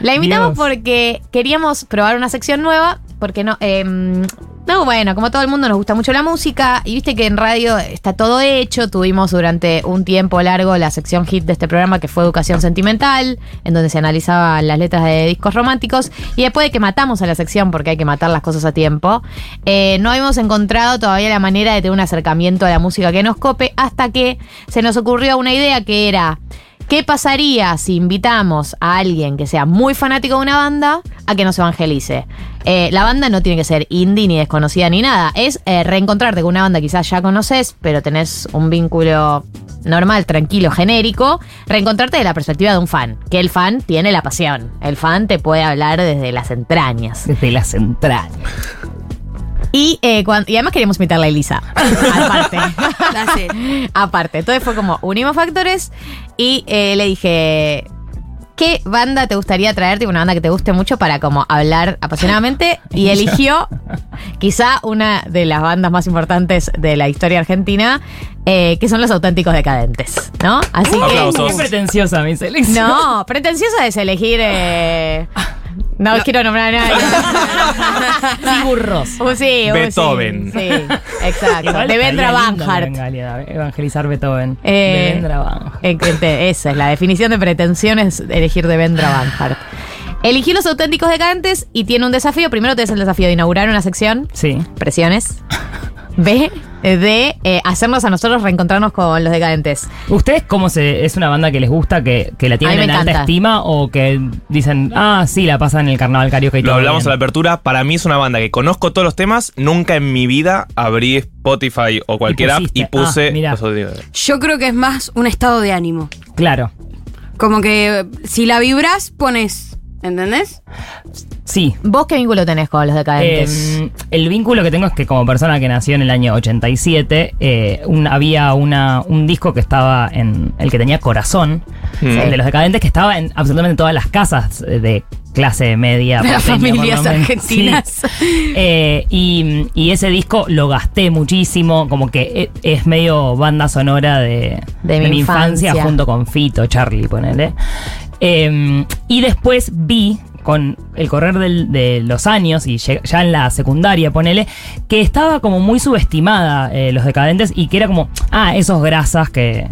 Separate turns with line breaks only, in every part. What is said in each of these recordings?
La invitamos
Dios.
porque queríamos probar una sección nueva, porque no. eh, no, bueno, como todo el mundo nos gusta mucho la música, y viste que en radio está todo hecho. Tuvimos durante un tiempo largo la sección hit de este programa que fue Educación Sentimental, en donde se analizaban las letras de discos románticos. Y después de que matamos a la sección, porque hay que matar las cosas a tiempo, eh, no hemos encontrado todavía la manera de tener un acercamiento a la música que nos cope, hasta que se nos ocurrió una idea que era. ¿Qué pasaría si invitamos a alguien que sea muy fanático de una banda a que nos evangelice? Eh, la banda no tiene que ser indie ni desconocida ni nada. Es eh, reencontrarte con una banda que quizás ya conoces, pero tenés un vínculo normal, tranquilo, genérico. Reencontrarte de la perspectiva de un fan. Que el fan tiene la pasión. El fan te puede hablar desde las entrañas.
Desde las entrañas.
Y, eh, cuan- y además queríamos invitar a Elisa. Aparte.
Dale.
Aparte. Entonces fue como unimos factores y eh, le dije. ¿Qué banda te gustaría traer? Tipo, una banda que te guste mucho para como hablar apasionadamente. Y eligió quizá una de las bandas más importantes de la historia argentina, eh, que son los auténticos decadentes, ¿no? Así
Qué
que.
Aplausos.
pretenciosa mi selección.
No, pretenciosa es elegir. eh, no, quiero nombrar a nadie.
Sí, burros.
Uh, sí, uh, sí,
Beethoven.
Sí, exacto.
Igual
De Vendra
estaría lindo que
Banhart.
venga alguien a eh, Evangelizar Beethoven.
Eh,
Devendra Banhart.
Eh, ente- Esa es la definición de pretensión, es elegir de Vendra Banhart. Elegí los auténticos decadentes y tiene un desafío. Primero tenés el desafío de inaugurar una sección,
Sí.
presiones. B, de eh, hacernos a nosotros reencontrarnos con los decadentes.
¿Ustedes cómo se, es una banda que les gusta, que, que la
A
tienen
mí
en
me
alta
encanta.
estima o que dicen, ah, sí, la pasan en el carnaval carioca y
Lo
todo
hablamos
bien"?
a la apertura. Para mí es una banda que conozco todos los temas. Nunca en mi vida abrí Spotify o cualquier app
pusiste.
y puse.
Ah, mirá.
los audios.
Yo creo que es más un estado de ánimo.
Claro.
Como que eh, si la vibras, pones. ¿Entendés?
Sí.
¿Vos qué vínculo tenés con los decadentes?
Eh, el vínculo que tengo es que como persona que nació en el año 87, eh, un- había una, un disco que estaba en el que tenía corazón,
Mm.
el de los decadentes, que estaba en absolutamente todas las casas eh, de clase media.
De las
porteña, por lo
familias
menos.
argentinas.
Sí. Eh, y, y ese disco lo gasté muchísimo, como que e- es medio banda sonora de,
De mi infancia.
junto con Fito, Charlie, ponele. Eh, y después vi con el correr del- de los años y lleg- ya en la secundaria, ponele, que estaba como muy subestimada eh, los decadentes y que era como, ah, esos grasas que...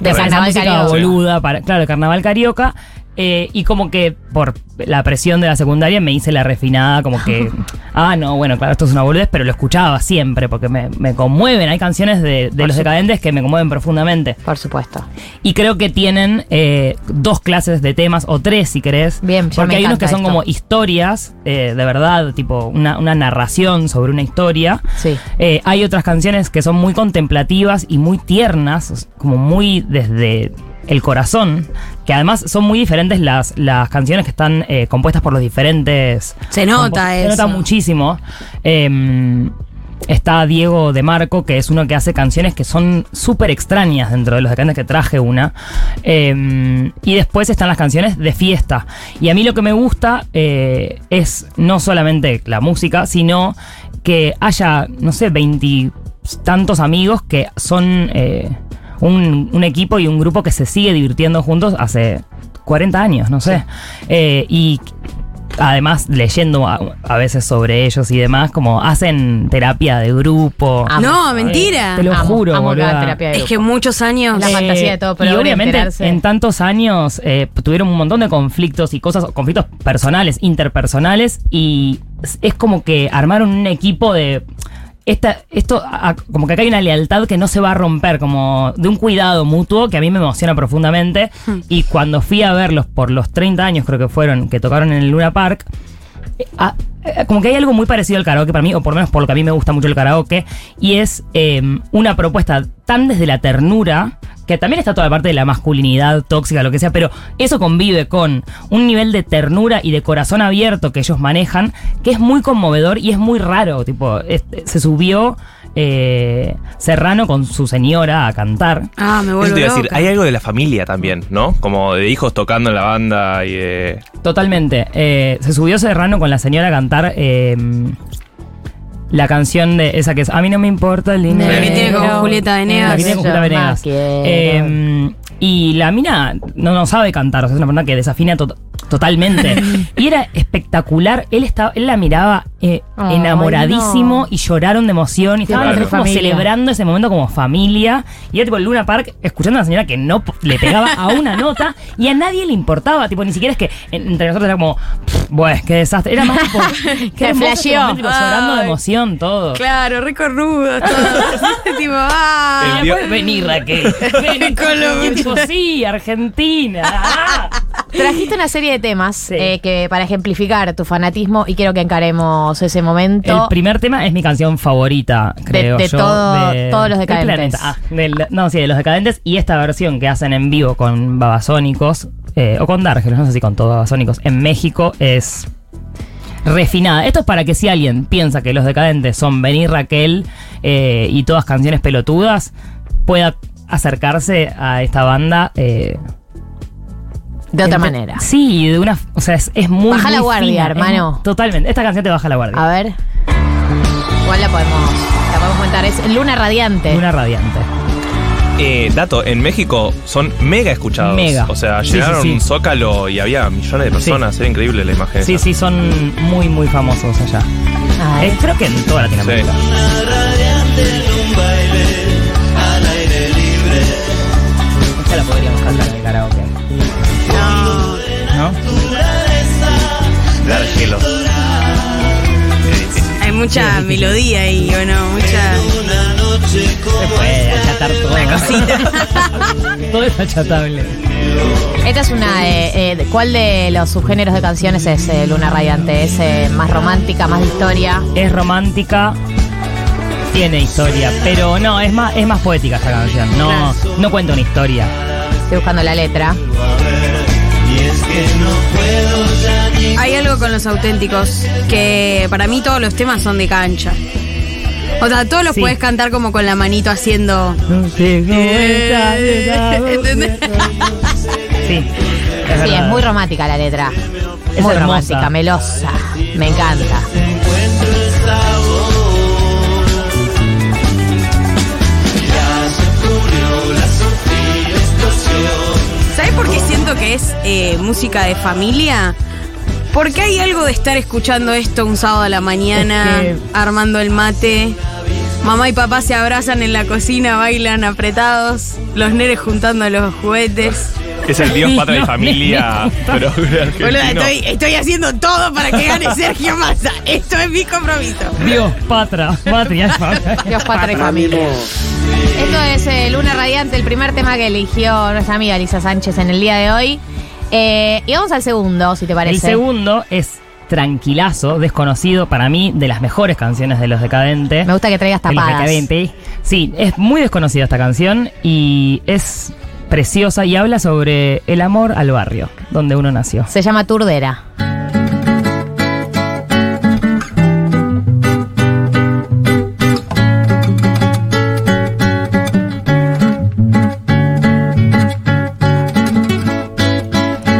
De
esa
carnaval
música
carioca.
boluda, para, claro, carnaval carioca. eh, y como que por la presión de la secundaria me hice la refinada, como que, ah, no, bueno, claro, esto es una boludez, pero lo escuchaba siempre porque me, me conmueven. Hay canciones de, de los decadentes que me conmueven profundamente.
Por supuesto.
Y creo que tienen eh, dos clases de temas, o tres si querés.
Bien, ya me
Porque hay unos que
encanta
son
esto.
como historias, eh, de verdad, tipo una, una narración sobre una historia.
Sí.
Eh, hay otras canciones que son muy contemplativas y muy tiernas, o sea, como muy desde el corazón, que además son muy diferentes las, las canciones que están eh, compuestas por los diferentes...
Se nota
compos-
eso.
Se nota muchísimo. Eh, está Diego de Marco, que es uno que hace canciones que son súper extrañas dentro de los decantes que traje una. Eh, y después están las canciones de fiesta. Y a mí lo que me gusta eh, es no solamente la música, sino que haya, no sé, veintitantos amigos que son eh, un, un equipo y un grupo que se sigue divirtiendo juntos hace 40 años, no sé. Eh, y además leyendo a, a veces sobre ellos y demás, como hacen terapia de grupo.
Ah,
no,
Amo.
mentira.
Te lo
Amo,
juro,
amo cada
boluda.
terapia de
Es que
grupo.
muchos años.
La fantasía de todo
Eh, Y
progre,
obviamente
enterarse.
en tantos años eh, tuvieron un montón de conflictos y cosas, conflictos personales, interpersonales, y es- es como que armaron un equipo de. Esta, esto, a- a- como que acá hay una lealtad que no se va a romper, como de un cuidado mutuo que a mí me emociona profundamente.
Hmm.
Y cuando fui a verlos por los 30 años, creo que fueron, que tocaron en el Luna Park, eh, ah, eh, como que hay algo muy parecido al karaoke para mí, o por lo menos por lo que a mí me gusta mucho el karaoke, y es eh, una propuesta tan desde la ternura, que también está toda la parte de la masculinidad tóxica, lo que sea, pero eso convive con un nivel de ternura y de corazón abierto que ellos manejan, que es muy conmovedor y es muy raro, tipo, es- se subió... eh, Serrano con su señora a cantar.
Ah, me
Eso
vuelvo
te iba a decir,
loca.
hay algo de la familia también, ¿no? Como de hijos tocando en la banda y de.
Totalmente. Eh, se subió Serrano con la señora a cantar eh, la canción de esa que es A mí no me importa el dinero.
La que tiene con
Pero-
Julieta Venegas.
La que tiene con Julieta
Yo
Venegas.
más quiero.
Eh, y la mina no, no sabe cantar, o sea, es una persona que desafina to- totalmente. y era espectacular. Él, estaba, él la miraba eh,
Ay,
enamoradísimo
no.
y lloraron de emoción. Y estaban
raro.
los tres como
Familia.
celebrando ese momento como familia. Y era tipo Luna Park escuchando a una señora que no p- le pegaba a una nota y a nadie le importaba. Tipo, ni siquiera es que en- entre nosotros era como, "Pff, bueno, qué desastre. Era más tipo, qué
Te
hermoso este
flasheó.
momento, tipo, llorando de
Ay.
emoción todo.
Claro, rico rudo. todo. tipo, ah.
El dios-
Puedes venir, Raquel. Ven,
Colombia.
Y tipo, sí, Argentina. Ah.
Trajiste una serie de temas
Sí.
eh, que para ejemplificar tu fanatismo y quiero que encaremos ese
El
momento.
primer tema es mi canción favorita, creo
de
yo,
todo- todos los
del
Decadentes.
planeta. Ah, del- no, sí, de los decadentes. Y esta versión que hacen en vivo con Babasónicos, eh, o con Dargelos, no sé si con todos Babasónicos, en México es refinada. Esto es para que si alguien piensa que los decadentes son Vení Raquel eh, y todas canciones pelotudas, pueda acercarse a esta banda. eh,
de otra
Ente-
manera.
Sí, de una. O sea, es, es muy.
Baja la
muy
guardia,
fina, es
hermano.
muy- totalmente. Esta canción te baja la
A
guardia.
ver. Igual la podemos, la podemos contar. Es Luna Radiante.
Una radiante.
Eh, dato, en México son mega escuchados.
Mega.
O sea,
Sí,
llegaron
sí, sí.
Zócalo y había millones de personas. Era increíble la imagen.
Sí,
esa.
sí, son muy, muy famosos allá.
Ay.
Eh, creo que en toda Latinoamérica.
Sí.
Esta la podríamos cantar en el karaoke. No.
Dargelos.
Hay mucha melodía ahí, ¿o no? Mucha.
Se puede achatar todo. todo es achatable.
Esta es una. eh, eh, ¿Cuál de los subgéneros de canciones es eh, Luna Radiante? ¿Es eh, más romántica, más de historia?
Es romántica. Tiene historia, pero no, es más, es más poética esta canción. No, no cuenta una historia.
Estoy buscando la letra.
Hay algo con los auténticos que para mí todos los temas son de cancha. O sea, todos los
Sí.
puedes cantar como con la manito haciendo. ¿Entendés?
Sí, es
Sí, es
verdad.
muy romántica la letra.
Es
muy
hermosa.
romántica, melosa. Me encanta.
¿Sabes por qué siento que es eh, música de familia? Porque hay algo de estar escuchando esto un sábado a la mañana,
Es que-
armando el mate. Mamá y papá se abrazan en la cocina, bailan apretados, los nenes juntando los juguetes.
Es el dios padre de
No,
familia. pero argentino.
Boluda, estoy, estoy haciendo todo para que gane Sergio Massa. Esto es mi compromiso.
Dios, patra, patria.
Dios, patria y familia. Esto es eh, Luna Radiante, el primer tema que eligió nuestra amiga Lisa Sánchez en el día de hoy. Eh, y vamos al segundo, si te parece.
El segundo es Tranquilazo, desconocido para mí, de las mejores canciones de Los Decadentes.
Me gusta que traigas
de Los
tapadas.
Decadentes. Sí, es muy desconocida esta canción y es preciosa y habla sobre el amor al barrio, donde uno nació.
Se llama Turdera.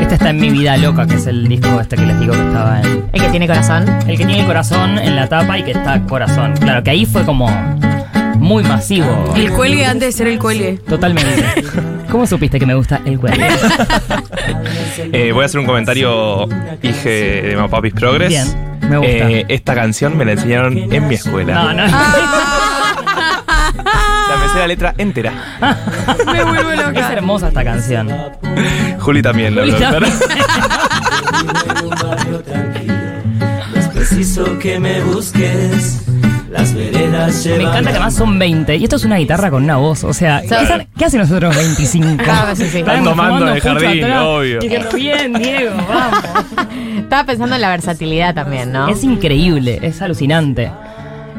Esta está en Mi Vida Loca, que es el disco este que les digo que estaba en,
El que tiene corazón.
El que tiene el corazón en la tapa y que está corazón. Claro, que ahí fue como muy masivo.
El cuelgue antes de ser el cuelgue.
Totalmente. ¿Cómo supiste que me gusta el cuello?
Eh, voy a hacer un comentario dije de Mapapis Progress.
Bien, me gusta.
Eh, esta canción me la enseñaron en mi escuela.
No, no.
Ah,
La me sé la letra entera.
Me vuelvo loca.
Es hermosa esta canción.
Juli también lo
Juli
preguntaron.
No es preciso que me busques, las veredas
Me
llevan.
encanta que además son 20. Y esto es una guitarra con una voz. O sea,
Sí.
esa- ¿qué hacen nosotros 25?
Claro, Ah, sí, sí.
Estábamos
Están tomando
fumando
en el
pucho
jardín,
atrás.
obvio.
Y que, bien, Diego, vamos.
Estaba pensando en la versatilidad también, ¿no?
Es increíble, es alucinante.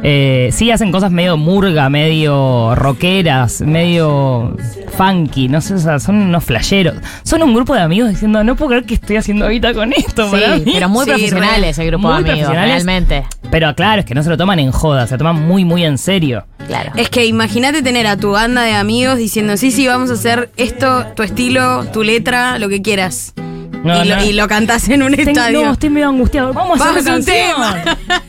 Eh, sí, hacen cosas medio murga, medio rockeras, medio funky, no sé, o sea, son unos flasheros. Son un grupo de amigos diciendo, no puedo creer que estoy haciendo ahorita con esto, para
Sí,
mí".
pero muy
Sí,
profesionales el grupo
Muy
de amigos,
profesionales.
realmente.
Pero claro, es que no se lo toman en joda, se lo toman muy, muy en serio.
Claro.
Es que imagínate tener a tu banda de amigos diciendo, sí, sí, vamos a hacer esto, tu estilo, tu letra, lo que quieras.
No,
y, lo,
no.
y lo cantás en un
Tengo-
estadio.
no, estoy medio angustiado. Vamos, a hacer
Vamos a
una
un
canción.
tema.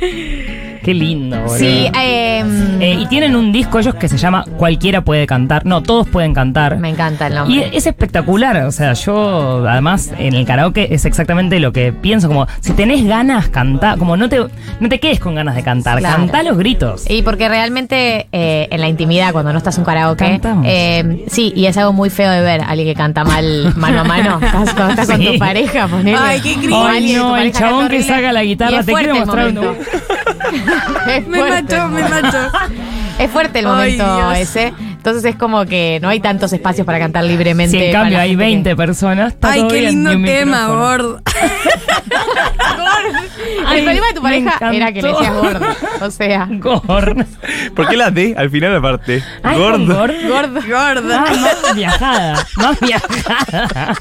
Qué lindo, boludo.
Sí, em,
Eh, y tienen un disco ellos que se llama Cualquiera puede cantar. No, todos pueden cantar.
me encanta el
Y
nombre.
es espectacular, o sea, yo además en el karaoke es exactamente lo que pienso, como si tenés ganas, cantá, como no te, no te quedes con ganas de cantar,
Claro.
cantá los gritos.
Y porque realmente eh, en la intimidad, cuando no estás en un karaoke,
Cantamos.
eh, sí, y es algo muy feo de ver a alguien que canta mal mano a mano. Estás, cuando estás
Sí.
con tu pareja, ponele.
Ay, qué cringe.
O
Ay,
alguien de tu
no, el
pareja
chabón
canta
que
horrible.
saca la guitarra,
Y es
te quiero
fuerte el
mostrar un-
momento. Es
Me
fuerte el
mató, me
momento.
mató.
Es fuerte el
Ay,
momento
Dios.
ese. Entonces es como que no hay tantos espacios para cantar libremente.
Si en
para
cambio
la
hay
gente que-
20 personas, está
Ay,
todo
qué
bien,
lindo
ni un
tema,
micrófono.
gordo.
El
Ay,
Ah, problema de tu
me
pareja era que le
encantó.
decías gordo. O sea,
Gordo.
¿Por qué la D al final aparte?
Ay, con
Gordo.
gordo.
gordo.
Gorda.
Ah, más viajada, más viajada.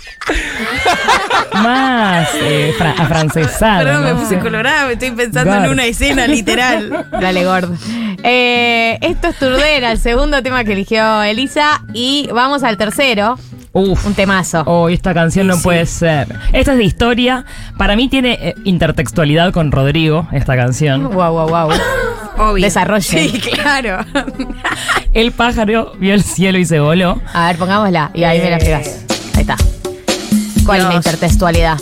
más eh, fra- afrancesada.
Perdón, me
¿no?
puse colorada, me estoy pensando en
Gorda.
una escena literal.
Dale, gordo. Eh, esto es Turdera, el segundo tema que eligió Elisa. Y vamos al tercero,
Uf.
un temazo.
Oh, esta canción no puede ser. Esta es de historia. Para mí tiene eh, intertextualidad con Rodrigo, esta canción.
Wow, wow, wow.
Obvio.
Desarrollen.
Sí, claro.
El pájaro vio el cielo y se voló.
A ver, pongámosla. Y ahí me la pegas. Ahí está. ¿Cuál es la
Eh. Dios.
intertextualidad?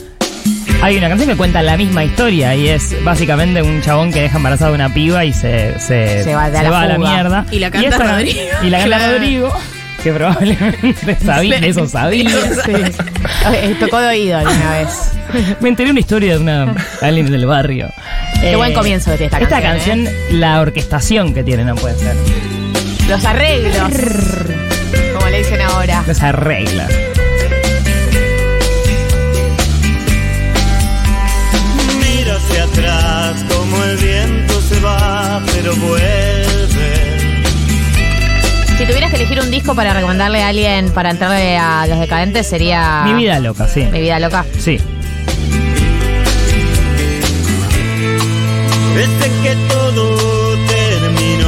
Hay una canción que cuenta la misma historia y es básicamente un chabón que deja embarazada a una piba y se, se,
Se va de la
a la
fuga.
mierda.
Y la canta
esta-
Rodrigo.
Y la canta
Claro.
Rodrigo, que probablemente sabía,
Sí.
eso sabía.
Sí. Eh, Tocó de oído alguna vez.
Me enteré una historia de una alguien del barrio. Eh,
Qué buen comienzo que tiene esta canción, ¿eh?
Esta canción, la orquestación que tiene no puede ser.
Los arreglos. Como le dicen ahora.
Los arregla.
Mira hacia atrás como el viento se va, pero vuelve.
Si tuvieras que elegir un disco para recomendarle a alguien para entrarle a los decadentes sería.
Mi vida loca, sí.
Mi vida loca.
Sí.
Desde que todo terminó.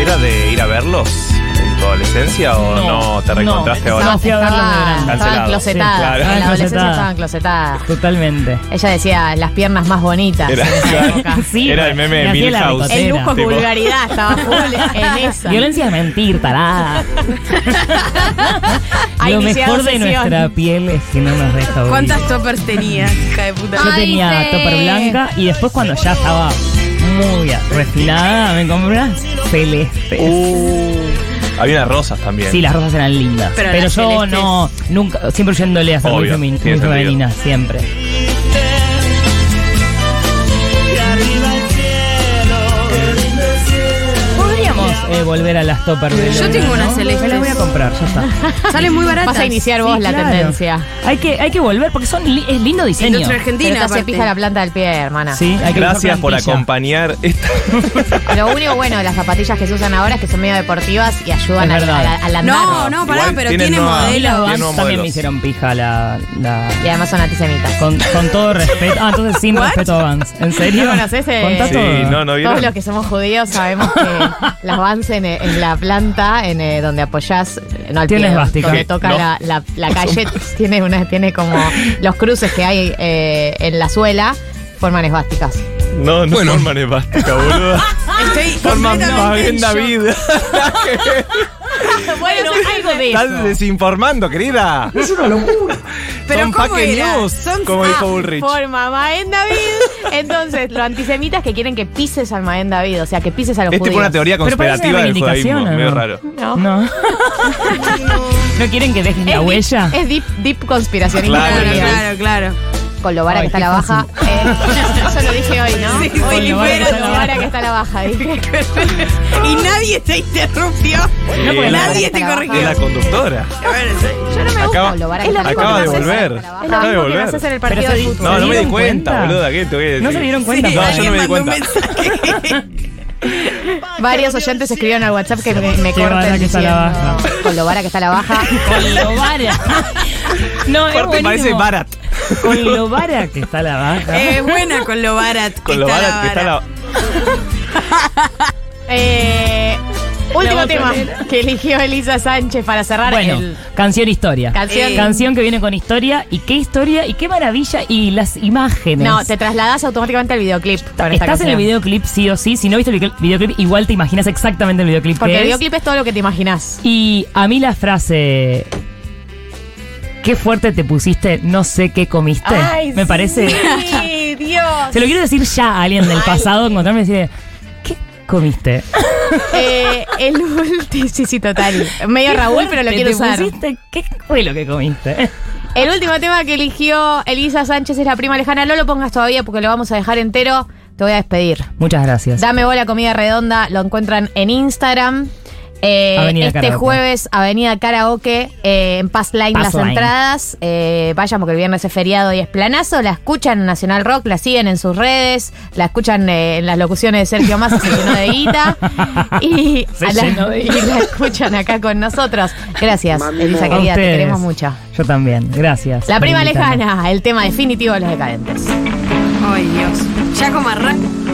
¿Era de ir a verlos en tu adolescencia o no,
No,
te reencontraste
no.
ahora?
No. fui a verlo de verano.
estaban, estaban
Cancelado.
closetadas.
Sí, claro.
En la
Estaban
adolescencia
closetadas.
estaban closetadas.
Totalmente.
Ella decía las piernas más bonitas.
Era,
en esa época.
Sí,
Era el meme de
me hacía la
Milhouse.
El lujo es
Tipo,
vulgaridad estaba full en esa.
Violencia es mentir, tarada.
Ha
Lo
iniciado
mejor de
sesión.
nuestra piel es que no nos deja huir.
¿Cuántas toppers tenía, hija de puta?
Yo
Ay,
tenía
sí.
topper blanca y después cuando ya estaba muy refinada me compré unas celestes.
uh, Había unas rosas también.
Sí, las rosas eran lindas.
Pero
Pero,
las
yo
celestes-
no, nunca, siempre yéndole a ser muy,
Obvio,
femin-
tiene
muy
sentido.
femenina, siempre.
Y arriba el cielo.
Podríamos eh, volver a las topper de
Yo
luna,
tengo unas
¿no?
celestes.
Me las voy a comprar, ya está.
Sale muy barata.
Vas a iniciar vos
Sí,
la
claro.
tendencia.
Hay que, hay que volver porque son li- es lindo diseño.
Industria
Pero
argentina.
te hace
aparte.
pija la planta del pie, hermana.
Sí, hay que
Gracias
usar
por
plantilla.
acompañar esta.
Lo único bueno de las zapatillas que se usan ahora es que son medio deportivas y ayudan
Es
al,
verdad.
al- al andar.
No, no, pará,
Igual
pero
tienen
tiene
nueva-
Y las
modelo.
Tiene
Vans
nuevos
también
modelos.
me hicieron pija la. la-
Y además son antisemitas.
Con, con todo respeto. Ah, entonces sin
What?
respeto a Vans. ¿En serio?
¿No conoces, eh?
Contá
Sí,
todo.
no, no
Todos
vieron.
los que somos judíos sabemos que las vans en, en la planta, en eh, donde apoyás, eh, no al
Tiene
pie,
esvástica.
donde toca
No.
la, la- la calle, tiene una, tiene como los cruces que hay eh, en la suela, forman esvásticas.
No, no bueno. forman esvástica, boludo.
Estoy
Forman más bien
completamente en shock.
David.
Bueno, algo de
Estás desinformando, querida. Es una locura.
Pero
Son
¿cómo
fake
era?
news,
Son-
como
Ah,
dijo Bullrich.
Forma Maen David. Entonces, los antisemitas que quieren que pises al Maen David, o sea, que pises a los
Es tipo una
judíos.
teoría
Pero parece
conspirativa
una
del judaísmo,
reivindicación, ¿o
medio
no?
raro.
No.
Oh. No. ¿No quieren que dejes la
deep-
huella?
es deep, deep conspiracionismo.
Claro,
teoría.
Claro, claro, claro.
Con lo vara
Ay,
que está
qué
la baja. Eh, eso lo dije hoy, ¿no?
Sí, sí,
hoy
sí,
lo
libera
vara-
todo.
con lo vara que está la baja, dije.
Y nadie te interrumpió.
Eh,
porque
la-
Nadie te
Es
corrigió.
la conductora.
A ver, sí.
Yo no me
Acaba-
gusta lo vara que
es lo
está la
mismo
baja.
que acaba de
Es
volver.
lo
Acaba de
mismo que
volver.
nos hace en el
Pero
partido
se
de
di-
fútbol.
No, no me di
dieron
cuenta,
cuenta?
boluda. ¿qué? Te voy a decir.
No se dieron cuenta.
Sí, No, yo
alguien
no me di
mandó un
cuenta.
mensaje.
Varios oyentes escribieron al WhatsApp que me, me
Qué vara
corten
que está la
diciendo, Con lo vara que está la baja.
Con lo vara. No, es
Aparte parece
buenísimo.
Barat.
Con lo vara que está la baja.
Eh, buena con lo barat. que
Con lo
está la
Barat que está
vara.
la.
Eh, Último
voz
tema
femenina.
que eligió Elisa Sánchez para cerrar
Bueno, eh,
el-
canción historia.
Canción.
Canción que viene con historia. ¿Y qué historia? ¿Y qué maravilla? Y las imágenes.
No, te trasladas automáticamente al videoclip. con esta
Estás en el
canción.
videoclip sí o sí. Si no viste el videoclip- videoclip, igual te imaginas exactamente el videoclip
Porque
que
el
es.
videoclip es todo lo que te imaginas.
Y a mí la frase. Qué fuerte te pusiste, no sé qué comiste. me parece.
Sí, Dios.
Se lo quiero decir ya a alguien del pasado, encontrarme y decirle, ¿qué comiste?
Eh, el último. Sí, sí, total. Medio
¿Qué
Raúl,
fuerte
pero lo
te
quiero usar.
pusiste? ¿Qué fue lo que comiste?
El último tema que eligió Elisa Sánchez es la prima lejana. No lo pongas todavía porque lo vamos a dejar entero. Te voy a despedir.
Muchas gracias.
Dame bola comida redonda. Lo encuentran en Instagram. Eh,
Avenida
este
Karaoke.
jueves, Avenida Karaoke, eh, en Pass Line
Pass
las
Line.
entradas. Eh, vayan porque el viernes es feriado y es planazo. La escuchan en Nacional Rock, la siguen en sus redes, la escuchan eh, en las locuciones de Sergio Massa, se llenó de guita. Y,
Se
a la,
llenó de guita.
y la escuchan acá con nosotros. Gracias, Elisa
A
querida, te
ustedes.
queremos mucho.
Yo también, gracias.
La
por
prima
invitarme.
lejana, el tema definitivo de los decadentes.
Ay, Dios. Ya como arranca.